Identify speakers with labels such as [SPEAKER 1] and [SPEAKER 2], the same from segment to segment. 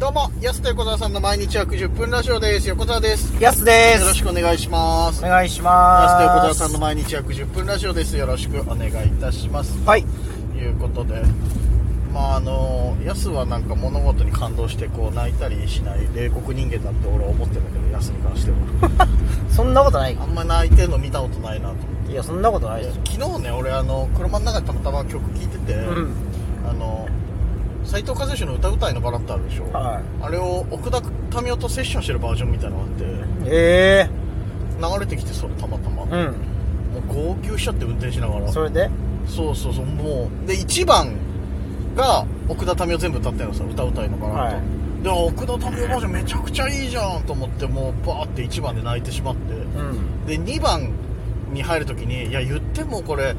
[SPEAKER 1] どうも、やすと横澤さんの毎日約10分ラジオです。横澤です。
[SPEAKER 2] やすで
[SPEAKER 1] よろし
[SPEAKER 2] す。
[SPEAKER 1] くお願いします。
[SPEAKER 2] お
[SPEAKER 1] や
[SPEAKER 2] 願いし
[SPEAKER 1] すと横
[SPEAKER 2] ま
[SPEAKER 1] 澤
[SPEAKER 2] す。
[SPEAKER 1] さんの毎日約10分ラジオです。よろしくお願いいたします。
[SPEAKER 2] はい。
[SPEAKER 1] ということで、まああの、やすはなんか物事に感動してこう泣いたりしない冷酷人間だって俺は思ってるんだけど、やすに関しては。
[SPEAKER 2] そんなことない
[SPEAKER 1] あ。んま泣いてるの見たことないなと思っ
[SPEAKER 2] いや、そんなことない
[SPEAKER 1] て
[SPEAKER 2] です。。
[SPEAKER 1] 昨日ね、俺あの、車の中でたまたま曲聴いてて、
[SPEAKER 2] うん。
[SPEAKER 1] あの、斎藤和義の歌うたいのバラってあるでしょ。
[SPEAKER 2] は
[SPEAKER 1] あれを奥田民生とセッションしてるバージョンみたいなのがあって
[SPEAKER 2] い。え
[SPEAKER 1] 流れてきてそれたまたま、も
[SPEAKER 2] え
[SPEAKER 1] う
[SPEAKER 2] う
[SPEAKER 1] 号
[SPEAKER 2] ん。
[SPEAKER 1] 泣しちゃって運転しながら
[SPEAKER 2] そ
[SPEAKER 1] そう
[SPEAKER 2] れで
[SPEAKER 1] そうそうもうで1番が奥田民生全部歌ってるのさ歌うたいのかなと、
[SPEAKER 2] は
[SPEAKER 1] で奥田民生バージョンめちゃくちゃいいじゃんと思ってもうバーって1番で泣いてしまって
[SPEAKER 2] うん。
[SPEAKER 1] で2番に入るときにいや言ってもこれ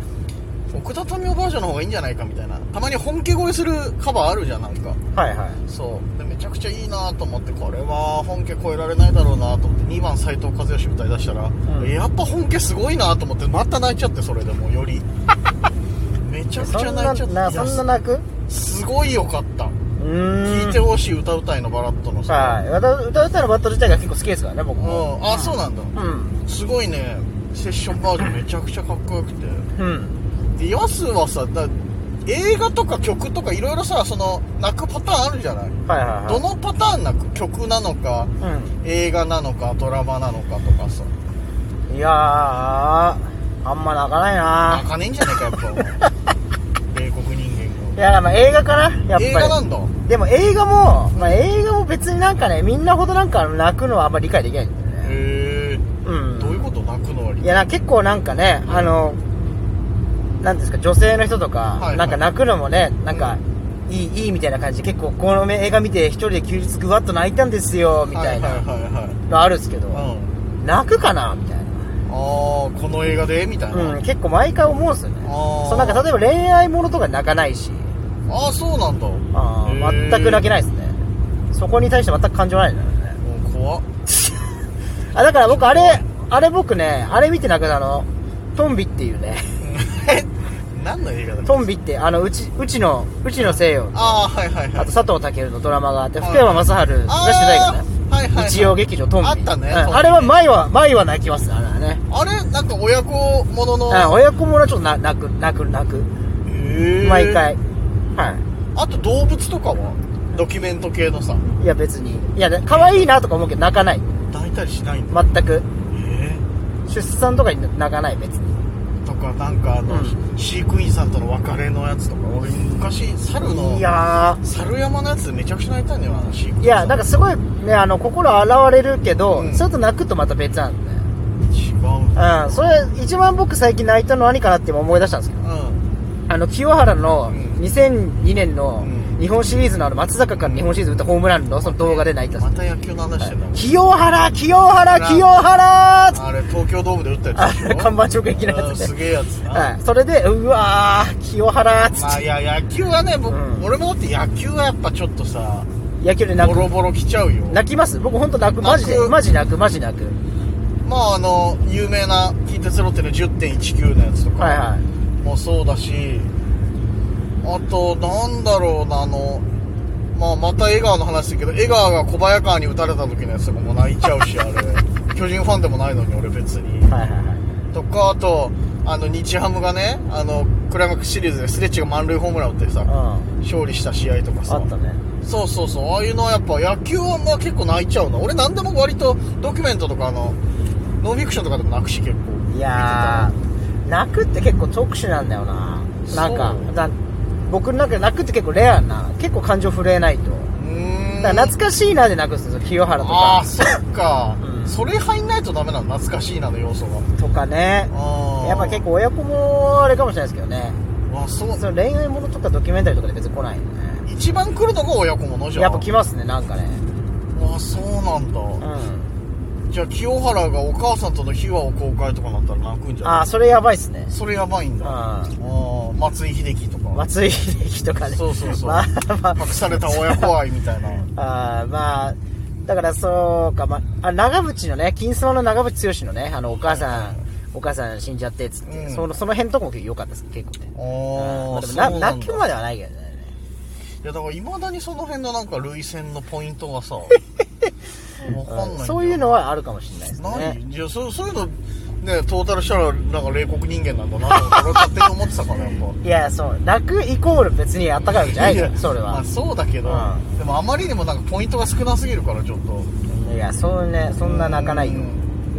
[SPEAKER 1] 奥田民生バージョンの方がいいんじゃないかみたいなたまに本気超えするカバーあるじゃんなんか
[SPEAKER 2] はいはい。
[SPEAKER 1] そうでめちゃくちゃいいなと思ってこれは本家超えられないだろうなと思って2番斎藤和義歌い出したら、
[SPEAKER 2] ん
[SPEAKER 1] やっぱ本家すごいなと思ってまた泣いちゃってそれでもよ りめちゃく
[SPEAKER 2] そ
[SPEAKER 1] ちゃ
[SPEAKER 2] ん
[SPEAKER 1] 泣
[SPEAKER 2] な、
[SPEAKER 1] いちゃって
[SPEAKER 2] な、そんな泣くう
[SPEAKER 1] すごいよかった
[SPEAKER 2] ーん。
[SPEAKER 1] 聴いてほしい歌うたいのバラッドの
[SPEAKER 2] はい。歌う、歌うたのバット自体が結構好きですからね、僕
[SPEAKER 1] うん
[SPEAKER 2] も。
[SPEAKER 1] あ、そうなんだ
[SPEAKER 2] うん。
[SPEAKER 1] すごいねセッションバージョンめちゃくちゃかっこよくて
[SPEAKER 2] うん。
[SPEAKER 1] でヤスはさだ映画とか曲とかいろいろさその泣くパターンあるじゃない
[SPEAKER 2] はいはいはい。
[SPEAKER 1] どのパターン泣く曲なのか映画なのかドラマなのかとかさ
[SPEAKER 2] うん。いやー、あんま泣かない
[SPEAKER 1] 泣
[SPEAKER 2] な
[SPEAKER 1] かねえんじゃねえかやっぱ お前冷酷人間
[SPEAKER 2] いや、まあ映画かなやっぱ
[SPEAKER 1] が
[SPEAKER 2] り。
[SPEAKER 1] 映画なんだ
[SPEAKER 2] でも映画も、まあ映画も別になんかね、みんなほどなんか泣くのはあんまり理解できないんだよね。
[SPEAKER 1] へ
[SPEAKER 2] うん
[SPEAKER 1] え。どういうこと泣くのはい
[SPEAKER 2] やな結構なんかね、あの、なんていうんですか、女性の人とか、
[SPEAKER 1] いはい
[SPEAKER 2] なんか泣くのもね、なんか、いい、いいみたいな感じで、結構この映画見て一人で休日ぐわっと泣いたんですよ、みたい
[SPEAKER 1] はい
[SPEAKER 2] な
[SPEAKER 1] はいはいはい
[SPEAKER 2] のあるんですけど、
[SPEAKER 1] うん
[SPEAKER 2] 泣くかなみたい
[SPEAKER 1] ああこの映画でみたいな、
[SPEAKER 2] な。うん、結構毎回思うんですよね。
[SPEAKER 1] あー
[SPEAKER 2] そうなんか例えば恋愛ものとか泣かないし、
[SPEAKER 1] ああそうなんだ
[SPEAKER 2] あー
[SPEAKER 1] へえ
[SPEAKER 2] 全く泣けないですね。そこに対して全く感情ないんだよね。
[SPEAKER 1] もう怖っ
[SPEAKER 2] あ、だから僕あれ、あれ僕ね、あれ見て泣くなの、トンビっていうね、
[SPEAKER 1] え何の映画だっけ
[SPEAKER 2] トンビって、あの、うち、うちの、うちの西洋
[SPEAKER 1] ああはいはいはい
[SPEAKER 2] あと佐藤健のドラマがあって、
[SPEAKER 1] はい
[SPEAKER 2] 福山雅治が主題歌ね。
[SPEAKER 1] あーはいはいはい
[SPEAKER 2] 日曜劇場トンビ。
[SPEAKER 1] あったね
[SPEAKER 2] うん
[SPEAKER 1] そうね
[SPEAKER 2] あれは前は、前は泣きますね、あれはね。
[SPEAKER 1] あれなんか親子ものの
[SPEAKER 2] うん、親子もらちょっとな泣く、泣く、泣く。
[SPEAKER 1] へえ
[SPEAKER 2] 毎回。は
[SPEAKER 1] あと動物とかはドキュメント系のさ
[SPEAKER 2] い。いや別に。いや、ね可愛いなとか思うけど泣かない。
[SPEAKER 1] 泣いたりしないんだ
[SPEAKER 2] 全く。
[SPEAKER 1] へえ
[SPEAKER 2] 出産とかに泣かない、別に。
[SPEAKER 1] とかなんかあの、
[SPEAKER 2] う
[SPEAKER 1] 飼育員さんとの別れのやつとか俺昔猿の
[SPEAKER 2] いや
[SPEAKER 1] 猿山のやつでめちゃくちゃ泣いたんだよな飼育員さん
[SPEAKER 2] ー。いや、なんかすごいね、あの、心洗われるけど、
[SPEAKER 1] うん
[SPEAKER 2] それと泣くとまた別なんだよ。
[SPEAKER 1] 違う
[SPEAKER 2] うん、それ、一番僕最近泣いたの何かなって今思い出したんですけど
[SPEAKER 1] うん
[SPEAKER 2] あの、清原の
[SPEAKER 1] うん
[SPEAKER 2] 2002年の
[SPEAKER 1] うん
[SPEAKER 2] 日本シリーズのあの松坂から日本シリーズ打ったホームランのその動画で泣いたん
[SPEAKER 1] ま
[SPEAKER 2] です
[SPEAKER 1] た野球の話してんだもん、
[SPEAKER 2] 清原清原清原
[SPEAKER 1] あれ東京ドームで打ったや
[SPEAKER 2] あ
[SPEAKER 1] つでしょ
[SPEAKER 2] 看板直撃のや
[SPEAKER 1] うん。
[SPEAKER 2] つです
[SPEAKER 1] げえやつな、
[SPEAKER 2] はい。それで、うわー、清原っつっ
[SPEAKER 1] まあいや野球はね僕、
[SPEAKER 2] うん
[SPEAKER 1] 俺もだって野球はやっぱちょっとさ
[SPEAKER 2] て、野球で泣
[SPEAKER 1] ボ
[SPEAKER 2] く。
[SPEAKER 1] ロボロきちゃうよ
[SPEAKER 2] 泣きます僕ほんと泣く。
[SPEAKER 1] 泣く
[SPEAKER 2] マジで。マジ泣く、マジ泣く。
[SPEAKER 1] まああの有名な近鉄ロッテの10.19のやつとか
[SPEAKER 2] はいはい。
[SPEAKER 1] もそうだしあとなんだろうなあの、まあ、また江川の話するけど江川が小早川に打たれた時のやつとかも泣いちゃうし あれ巨人ファンでもないのに俺別に
[SPEAKER 2] はいはいはい。
[SPEAKER 1] とかあとあの日ハムがねあのクライマックスシリーズでスレッチが満塁ホームラン打ってさ
[SPEAKER 2] うん。
[SPEAKER 1] 勝利した試合とか
[SPEAKER 2] あ
[SPEAKER 1] さ
[SPEAKER 2] ったね。
[SPEAKER 1] そうそうそうああいうのはやっぱ野球はまあ結構泣いちゃうな俺何でも割とドキュメントとかあのノンフィクションとかでも泣くし結構
[SPEAKER 2] いやー、泣くって結構特殊なんだよな。なんか
[SPEAKER 1] そう、
[SPEAKER 2] だ僕なんか泣くって結構レアな。結構感情震えないと。
[SPEAKER 1] うーん
[SPEAKER 2] だから懐かしいなで泣くんですよ清原と
[SPEAKER 1] ああ
[SPEAKER 2] か
[SPEAKER 1] そっか、
[SPEAKER 2] うん
[SPEAKER 1] それ入んないとダメなの懐かしいなの要素が
[SPEAKER 2] とかね
[SPEAKER 1] あー
[SPEAKER 2] やっぱ結構親子もあれかもしれないですけどね
[SPEAKER 1] あそう
[SPEAKER 2] その恋愛ものとかドキュメンタリーとかで別に来ないよね
[SPEAKER 1] 一番来るのが親子ものじゃん
[SPEAKER 2] やっぱ来ますねなんかね
[SPEAKER 1] あそうなんだ、
[SPEAKER 2] うん
[SPEAKER 1] じゃあ清原がお母さんとの秘話を公開とかなったら泣くんじゃない
[SPEAKER 2] ああそれやばいっすね
[SPEAKER 1] それやばいんだあ
[SPEAKER 2] う
[SPEAKER 1] ー松井秀喜とか、
[SPEAKER 2] ん松井秀喜とかね
[SPEAKER 1] そうそうそう、
[SPEAKER 2] まあまあ
[SPEAKER 1] 隠された親子愛みた いな
[SPEAKER 2] あーまあだからそうかまあ長渕のね金スマの長渕剛のねあのお母さんお母さん死んじゃってっつって、
[SPEAKER 1] うん
[SPEAKER 2] そのその辺とかも結構良かったです結構ね
[SPEAKER 1] あー
[SPEAKER 2] まあで
[SPEAKER 1] そ
[SPEAKER 2] も
[SPEAKER 1] う
[SPEAKER 2] な
[SPEAKER 1] なんだ
[SPEAKER 2] 泣くまではないけどね
[SPEAKER 1] いやだからいまだにその辺のなんか類線のポイント がさわかんないんだよな
[SPEAKER 2] そういうのはあるかもしれないです
[SPEAKER 1] な
[SPEAKER 2] ね
[SPEAKER 1] いじゃあそうそういうのねトータルしたらなんか冷酷人間なんだなって俺は勝手に思ってたからやっぱ
[SPEAKER 2] いやそう楽イコール別にあったかいわけじゃないから
[SPEAKER 1] や
[SPEAKER 2] それ
[SPEAKER 1] ま
[SPEAKER 2] は
[SPEAKER 1] あ、そうだけど、
[SPEAKER 2] う
[SPEAKER 1] でもあまりにもなんかポイントが少なすぎるからちょっと、ね
[SPEAKER 2] いやそうねそんな泣かないよ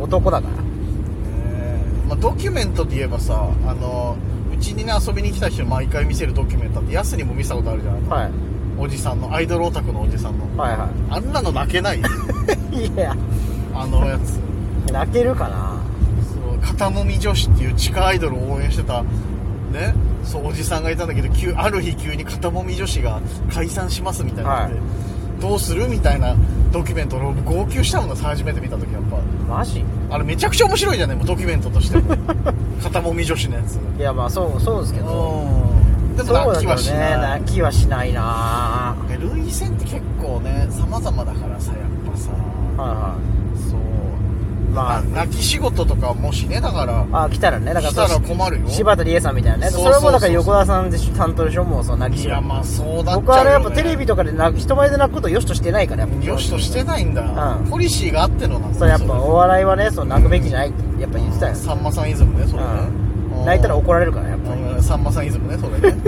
[SPEAKER 2] 男だから
[SPEAKER 1] えまあ、ドキュメントで言えばさあのうちにね遊びに来た人に毎回見せるドキュメントってやすにも見せたことあるじゃん
[SPEAKER 2] はい
[SPEAKER 1] おじさんのアイドルオタクのおじさんの
[SPEAKER 2] はいは
[SPEAKER 1] あんなの泣け ない
[SPEAKER 2] いいや
[SPEAKER 1] あのやつ
[SPEAKER 2] 泣けるかな
[SPEAKER 1] そう肩もみ女子っていう地下アイドルを応援してたねそうおじさんがいたんだけど急ある日急に肩もみ女子が解散しますみたいになって、
[SPEAKER 2] はい
[SPEAKER 1] どうするみたいなドキュメントを号泣したもんな初めて見た時やっぱ
[SPEAKER 2] マジ
[SPEAKER 1] あれめちゃくちゃ面白いじゃないもうドキュメントとして も肩もみ女子のやつうん
[SPEAKER 2] いやまあそうそうですけ
[SPEAKER 1] で
[SPEAKER 2] ど
[SPEAKER 1] も
[SPEAKER 2] そ
[SPEAKER 1] 泣
[SPEAKER 2] うだ
[SPEAKER 1] き
[SPEAKER 2] よ
[SPEAKER 1] はし
[SPEAKER 2] ね
[SPEAKER 1] ない
[SPEAKER 2] 泣きはしないな
[SPEAKER 1] で類線って結構ね様々だからさやっぱさ
[SPEAKER 2] はいは
[SPEAKER 1] そう
[SPEAKER 2] いま
[SPEAKER 1] ま
[SPEAKER 2] あ
[SPEAKER 1] あ泣き仕事とかもしねだから
[SPEAKER 2] あ来たらねだから
[SPEAKER 1] したら困るよ
[SPEAKER 2] 柴田理恵さんみたいなね
[SPEAKER 1] そう
[SPEAKER 2] そ
[SPEAKER 1] そう
[SPEAKER 2] れ
[SPEAKER 1] そう
[SPEAKER 2] はもうだから横田さんでし担当でしょもうその泣き
[SPEAKER 1] い
[SPEAKER 2] し
[SPEAKER 1] やまあそうだっちゃうよ、ね、
[SPEAKER 2] 僕はねやっぱテレビとかで泣く人前で泣くことをよしとしてないからやっぱ
[SPEAKER 1] よしとしてないんだ、
[SPEAKER 2] うん
[SPEAKER 1] ポリシーがあってのなんだ
[SPEAKER 2] そうやっぱお笑いはねその泣くべきじゃないってやっぱ言ってたよ、
[SPEAKER 1] さんまさんイズムねそれね、
[SPEAKER 2] うん、泣いたら怒られるからやっぱり
[SPEAKER 1] うんさんまさんイズムねそれね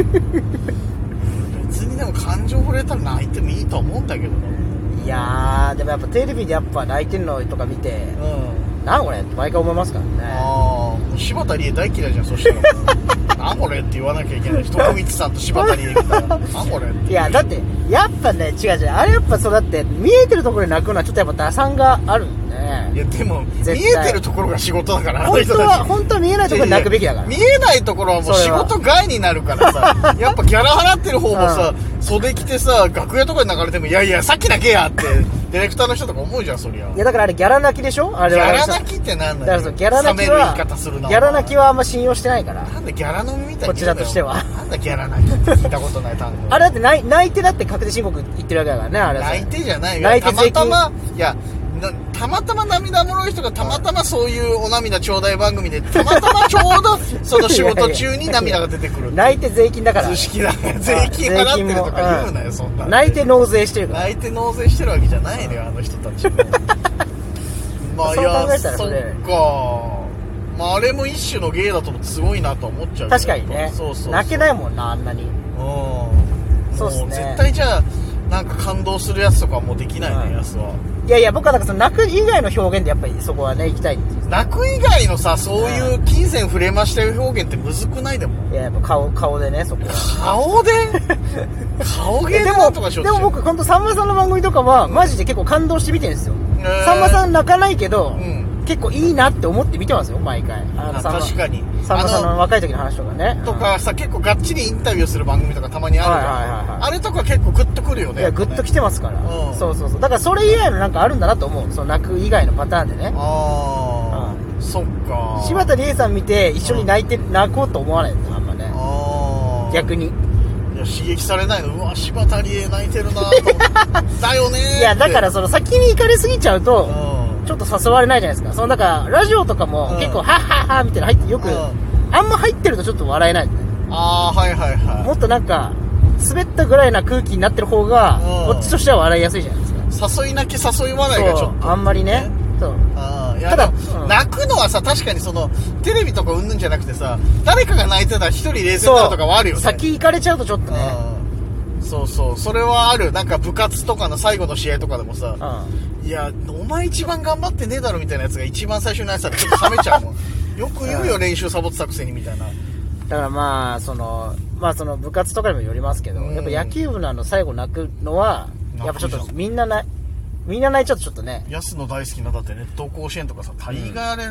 [SPEAKER 1] 別にでも感情触れたら泣いてもいいと思うんだけどね
[SPEAKER 2] いやーでもやっぱテレビでやっぱ泣いてるのとか見て
[SPEAKER 1] うん
[SPEAKER 2] なんこれって毎回思いますからね
[SPEAKER 1] ああ柴田理恵大嫌いじゃんそしたら なんこれって言わなきゃいけない徳光さんと柴田理恵みたいななんこれって
[SPEAKER 2] いやだってやっぱね違う違うあれやっぱそうだって見えてるところで泣くのはちょっとやっぱ打算があるんで
[SPEAKER 1] い
[SPEAKER 2] ね
[SPEAKER 1] やでも見
[SPEAKER 2] 対
[SPEAKER 1] えてるところが仕事だからあの
[SPEAKER 2] 本
[SPEAKER 1] 人
[SPEAKER 2] 当
[SPEAKER 1] たち
[SPEAKER 2] は本当は見えないところで泣くべきだから
[SPEAKER 1] 見えないところはもう仕事外になるから さやっぱギャラ払ってる方もさ、袖着てさ楽屋とかで流れてもいやいやさっきだけやってディレクターの人とか思うじゃんそりゃ
[SPEAKER 2] いやだからあれギャラ泣きでしょあ
[SPEAKER 1] ギ
[SPEAKER 2] れは
[SPEAKER 1] ャラ泣きってなん
[SPEAKER 2] だ
[SPEAKER 1] だよ
[SPEAKER 2] からそのギャラ泣き
[SPEAKER 1] 冷める
[SPEAKER 2] は
[SPEAKER 1] 言い方するな
[SPEAKER 2] ギャラ泣き
[SPEAKER 1] は
[SPEAKER 2] はあんま信用してないから
[SPEAKER 1] なんでギャラ飲みみたいに言うのよ
[SPEAKER 2] こちらとしては
[SPEAKER 1] なんだギャラ泣きって聞いたことない単語
[SPEAKER 2] あれだって泣い泣いてだって確定申告言ってるわけだからねあれは
[SPEAKER 1] 泣いてじゃないよ
[SPEAKER 2] 泣いて
[SPEAKER 1] たま
[SPEAKER 2] 税金
[SPEAKER 1] たまいやなたまたま涙もろい人がたまたまそういうお涙頂戴番組でたまたまちょうどその仕事中に涙が出てくる
[SPEAKER 2] 泣いて税金だから
[SPEAKER 1] 図式だね税金払ってるとか言うなよそんな
[SPEAKER 2] 泣いて納税してるから
[SPEAKER 1] 泣いて納税してるわけじゃないのよあの人たち もまあい
[SPEAKER 2] そう考
[SPEAKER 1] や
[SPEAKER 2] えたら
[SPEAKER 1] そっ
[SPEAKER 2] ね
[SPEAKER 1] かまああれも一種の芸だと思ってすごいなとは思っちゃうけど
[SPEAKER 2] 確かに
[SPEAKER 1] や
[SPEAKER 2] ね
[SPEAKER 1] っぱそうそうそう
[SPEAKER 2] 泣けないもんなあんなに
[SPEAKER 1] うん
[SPEAKER 2] そうっすね
[SPEAKER 1] も絶対じゃあなんか感動するやつとかはもうできない
[SPEAKER 2] は
[SPEAKER 1] ね
[SPEAKER 2] い
[SPEAKER 1] やつはい
[SPEAKER 2] やいや僕はだからその泣く以外の表現でやっぱりそこはね行きたいってい
[SPEAKER 1] 泣く以外のさそういう金銭触れましたよ表現ってむずくないでも
[SPEAKER 2] ういややっぱ顔顔でねそこは
[SPEAKER 1] 顔 で顔
[SPEAKER 2] い
[SPEAKER 1] 芸
[SPEAKER 2] やで
[SPEAKER 1] で
[SPEAKER 2] も
[SPEAKER 1] もとかしよう
[SPEAKER 2] でも僕本当さんまさんの番組とかはマジで結構感動して見てるんですよさんまさん泣かないけど、
[SPEAKER 1] うん
[SPEAKER 2] 結構いいなって思って見てますよ毎回あのさんま
[SPEAKER 1] 確かに
[SPEAKER 2] さんまさん
[SPEAKER 1] あの
[SPEAKER 2] の若い時の話とかね
[SPEAKER 1] とかさ結構がっちりインタビューする番組とかたまにあるじゃん、
[SPEAKER 2] はいはいはいはい
[SPEAKER 1] あれとか結構グッとくるよ
[SPEAKER 2] うん
[SPEAKER 1] ね
[SPEAKER 2] いやグッとき
[SPEAKER 1] て
[SPEAKER 2] てますから、
[SPEAKER 1] うん
[SPEAKER 2] そうそうそうだからそれ以外のなんかあるんだなと思うその泣く以外のパターンでね
[SPEAKER 1] ああそっか
[SPEAKER 2] 柴田理恵さん見て一緒に泣いて、泣こうと思わないですあんまね
[SPEAKER 1] ああ
[SPEAKER 2] 逆に
[SPEAKER 1] いや刺激されないのうわ柴田理恵泣いてるなと思ってだよねーって
[SPEAKER 2] いやだからその先に行かれすぎちゃ
[SPEAKER 1] う
[SPEAKER 2] うと
[SPEAKER 1] ん
[SPEAKER 2] ちょっと誘われないじゃないですかそのだからラジオとかも
[SPEAKER 1] うん
[SPEAKER 2] 結構「ハッハッハ」みたいなの入ってよく、
[SPEAKER 1] うん
[SPEAKER 2] あんま入ってるとちょっと笑えない
[SPEAKER 1] ああはいはい
[SPEAKER 2] も
[SPEAKER 1] は
[SPEAKER 2] っとなんか滑ったぐらいな空気になってる方が
[SPEAKER 1] うん
[SPEAKER 2] こっちとしては笑いやすいじゃないですか
[SPEAKER 1] い誘い泣き誘い笑いがち
[SPEAKER 2] そ
[SPEAKER 1] ょっ
[SPEAKER 2] う
[SPEAKER 1] と
[SPEAKER 2] あんまりねそう
[SPEAKER 1] あーいや
[SPEAKER 2] ただ
[SPEAKER 1] でも
[SPEAKER 2] うん
[SPEAKER 1] 泣くのはさ確かにそのテレビとかうんぬんじゃなくてさ誰かが泣いてたら一人冷静になるとかはあるよね
[SPEAKER 2] 先行かれちゃうとちょっとね
[SPEAKER 1] うんそうそうそれはあるなんか部活とかの最後の試合とかでもさ
[SPEAKER 2] う
[SPEAKER 1] いやお前一番頑張ってねえだろみたいなやつが一番最初にやつたらちょっと冷めちゃうもんよく言うよ練習サボってたくせにみたいなん
[SPEAKER 2] だからまあそのまあその部活とかにもよりますけど、
[SPEAKER 1] うん
[SPEAKER 2] やっぱ野球部のあの最後泣くのはやっぱちょっ
[SPEAKER 1] 泣く
[SPEAKER 2] と
[SPEAKER 1] じゃ
[SPEAKER 2] みんななみんな泣いちゃうとちょっとね
[SPEAKER 1] 安野大好きなだって熱湯甲子園とかさ大河あれ、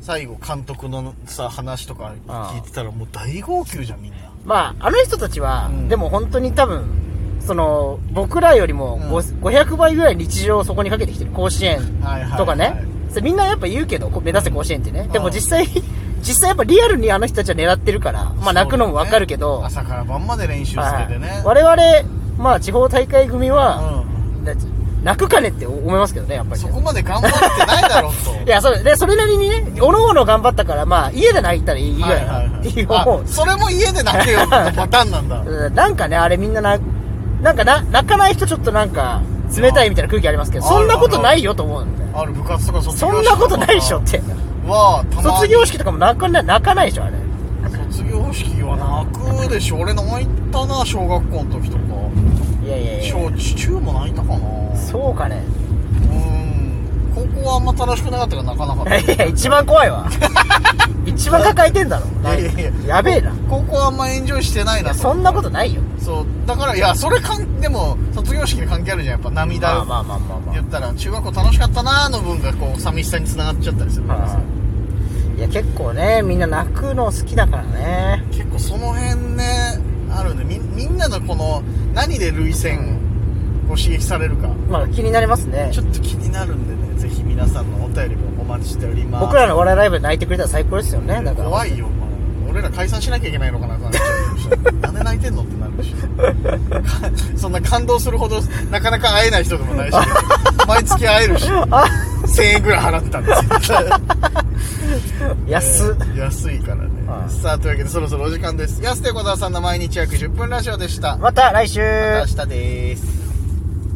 [SPEAKER 1] 最後監督のさ話とか聞いてたらもう大号泣じゃんみんな
[SPEAKER 2] まああの人たちは、
[SPEAKER 1] うん
[SPEAKER 2] でも本当に多分その僕らよりもご
[SPEAKER 1] うん
[SPEAKER 2] 500倍ぐらい日常をそこにかけてきてる甲子園
[SPEAKER 1] はいはいはい
[SPEAKER 2] とかねそれみんなやっぱ言うけどこう目指せ甲子園ってねでも実際 実際やっぱリアルにあの人たちは狙ってるからまあ泣くのもわかるけど、
[SPEAKER 1] そうだね朝から晩まで練習
[SPEAKER 2] は
[SPEAKER 1] して
[SPEAKER 2] い
[SPEAKER 1] てね、
[SPEAKER 2] 我々まあ地方大会組は、
[SPEAKER 1] う
[SPEAKER 2] だって泣くかねって思いますけどねやっぱ
[SPEAKER 1] ん、
[SPEAKER 2] り
[SPEAKER 1] そ
[SPEAKER 2] ね、
[SPEAKER 1] こまで頑張ってないだろうと
[SPEAKER 2] いやそれでそれなりにねおのおの頑張ったからまあ家で泣いたらいいぐらいなっていう
[SPEAKER 1] あ
[SPEAKER 2] 思う
[SPEAKER 1] それも家で泣けよってパターンなんだ
[SPEAKER 2] うんなんかねあれみんなななんかな泣かない人ちょっとなんか冷たいみたいな空気ありますけど
[SPEAKER 1] ある
[SPEAKER 2] そんなことないよと思うんだよ
[SPEAKER 1] ある部活とか卒業式
[SPEAKER 2] そ
[SPEAKER 1] と
[SPEAKER 2] んな
[SPEAKER 1] か
[SPEAKER 2] ことないでしょって
[SPEAKER 1] はたまに
[SPEAKER 2] 卒業式とかも泣かない泣かないでしょあれ
[SPEAKER 1] 卒業式は泣くでしょ俺泣いたな小学校の時とか
[SPEAKER 2] いやいやいや
[SPEAKER 1] 小中も泣いたかな
[SPEAKER 2] そうかね
[SPEAKER 1] うん高校はあんま楽しくなかったから泣かなかった
[SPEAKER 2] いやいや一番怖 いわ一番抱えてんだ
[SPEAKER 1] い
[SPEAKER 2] ろ
[SPEAKER 1] やいやい
[SPEAKER 2] やべえな
[SPEAKER 1] 高校はあんまエンジョイしてないな
[SPEAKER 2] そんなことないよ
[SPEAKER 1] そうだからいやそれかんでも卒業式に関係あるじゃんやっぱ涙、
[SPEAKER 2] まあまあまあまあま
[SPEAKER 1] 言ったら中学校楽しかったなーの分がこう寂しさにつながっちゃったりするから
[SPEAKER 2] あ
[SPEAKER 1] さ
[SPEAKER 2] いや結構ねみんな泣くの好きだからね
[SPEAKER 1] 結構その辺ねあるねみみんなのこの何で涙腺を刺激されるか
[SPEAKER 2] まあ気になりますね
[SPEAKER 1] ちょっと気になるんでねぜひ皆さんのお便りもお待ちしております
[SPEAKER 2] 僕らのお笑いライブで泣いてくれたら最高ですよねだから
[SPEAKER 1] 怖いよもう俺ら解散しなきゃいけないのかななんて なんで泣いてんのってなるでしょそんな感動するほどなかなか会えない人でも ないし毎月会えるし1000円ぐらい払ってたんですよ
[SPEAKER 2] 安っ
[SPEAKER 1] えー安いからね、
[SPEAKER 2] はい
[SPEAKER 1] さあというわけでそろそろお時間です安手小沢さんの毎日約10分ラジオでしたま
[SPEAKER 2] また来週
[SPEAKER 1] た明日です